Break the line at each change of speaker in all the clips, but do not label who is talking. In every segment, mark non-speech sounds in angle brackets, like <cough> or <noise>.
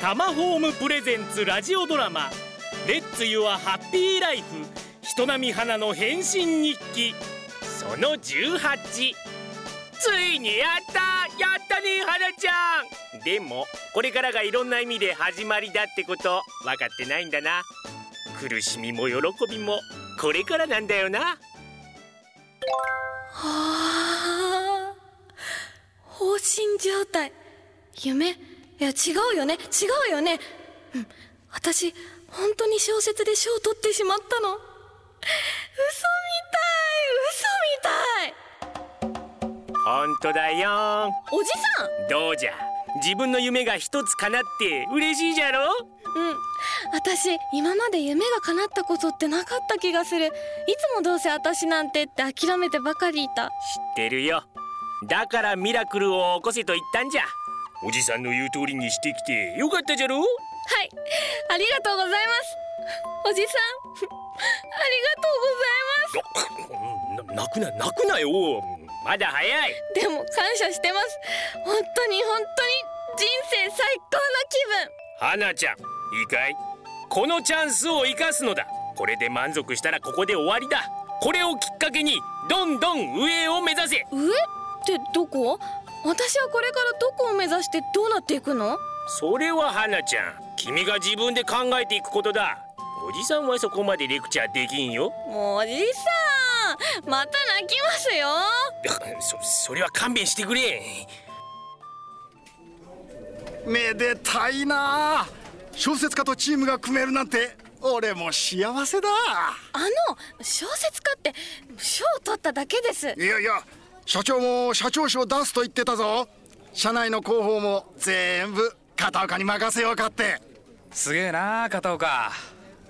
タマホームプレゼンツラジオドラマ「レッツ・ユア・ハッピー・ライフ人並み花の変身日記」その18ついにやったやったね花ちゃんでもこれからがいろんな意味で始まりだってこと分かってないんだな苦しみも喜びもこれからなんだよな
はあ放心状態夢いや違うよね違うよね、うん、私本当に小説で賞を取ってしまったの嘘みたい
本当だよ
嘘みたいおじさん
どうじゃ自分の夢が一つ叶って嬉しいじゃろ
うん私今まで夢が叶ったことってなかった気がするいつもどうせ私なんてって諦めてばかりい
知
た
ってるよだからミラクルを起こせと言ったんじゃおじさんの言う通りにしてきてよかったじゃろ
はい、ありがとうございます。おじさん、あ <laughs> りがとうござ
な
い
泣くな泣くなよまだ早い
ます。でも感謝してます。本当に本当に人生最高の気分。
花ちゃんいいかいこのチャンスを生かすのだこれで満足したらここで終わりだこれをきっかけにどんどん上を目指せ
上ってどこ？私はこれからどこを目指してどうなっていくの？
それは花ちゃん君が自分で考えていくことだおじさんはそこまでレクチャーできんよ
もうおじさん、また泣きますよ。
<laughs> そそれは勘弁してくれ
めでたいなあ小説家とチームが組めるなんて俺も幸せだ
あの小説家って賞を取っただけです。
いやいや社長も社長賞出すと言ってたぞ社内の広報も全部片岡に任せようかって
すげえな片岡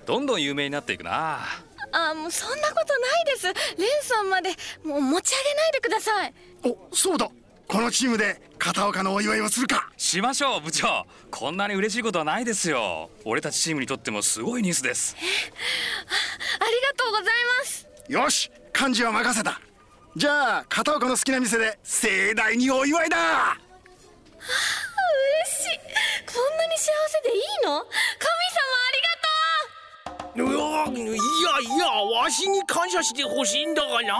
どんどん有名になっていくな
あ、もうそんなことないです。レンさんまでもう持ち上げないでください。
おそうだこのチームで片岡のお祝いをするか
しましょう部長こんなに嬉しいことはないですよ俺たちチームにとってもすごいニュースです
ありがとうございます
よし漢字は任せたじゃあ片岡の好きな店で盛大にお祝いだ
嬉しいこんなに幸せでいいの神様あり
いやいやわしに感謝してほしいんだがな
がと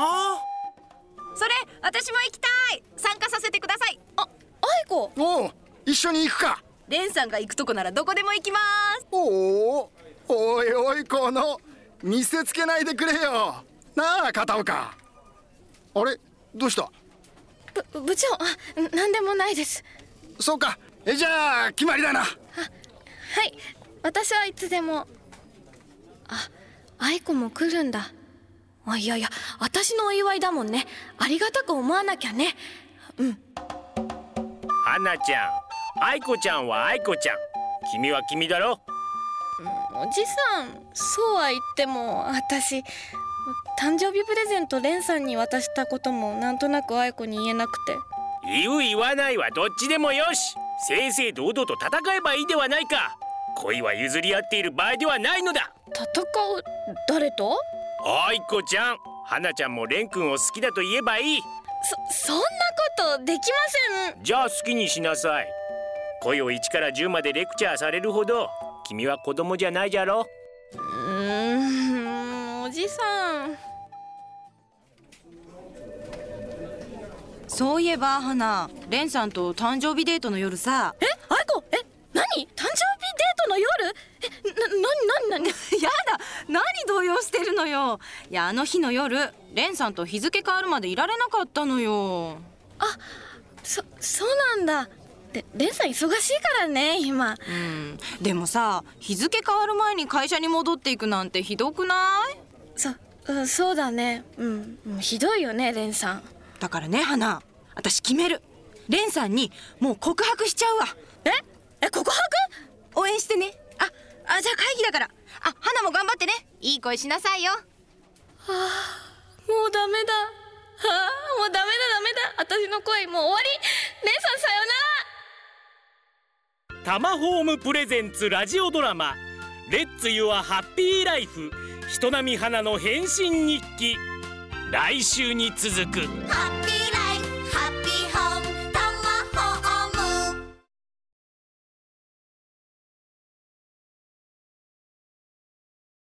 うそれ私も行きたい参加させてくださいあ、愛子
おう一緒に行くか
レンさんが行くとこならどこでも行きます
おおおいおいこの見せつけないでくれよなあ片岡あれどうした
ぶ部長あ、なんでもないです
そうかえじゃあ決まりだな
はい、私はいつでもあ、愛子も来るんだあ、いやいや、私のお祝いだもんねありがたく思わなきゃね
花ちゃん愛子ちゃんは愛子ちゃん君は君だろ
おじさんそうは言っても私誕生日プレゼントレンさんに渡したこともなんとなく愛子に言えなくて
言う言わないはどっちでもよし正々堂々と戦えばいいではないか恋は譲り合っている場合ではないのだ
戦う誰と
愛子ちゃん花ちゃんも蓮くんを好きだと言えばいい
そそんなことできません
じゃあ好きにしなさい恋を1から10までレクチャーされるほど君は子供じゃないじゃろ
うーんおじさん
そういえば花レンさんと誕生日デートの夜さ
え愛子え何誕生日デートの夜えななになになに
<laughs> やだ何動揺してるのよいやあの日の夜レンさんと日付変わるまでいられなかったのよ
そそうなんだでレンさん忙しいからね今
うんでもさ日付変わる前に会社に戻っていくなんてひどくない
そうんそうだねうんうんひどいよねレンさん
だからね花私決めるレンさんにもう告白しちゃうわ
ええ告白
応援してねああじゃあ会議だからあ花も頑張ってねいい声しなさいよ
もうダメだああもうダメだダメだ私の恋もう終わり姉さんさよ
タマホームプレゼンツラジオドラマ「レッツ・ユア・ハッピー・ライフ人並み花の変身日記」来週に続く
ならハッピー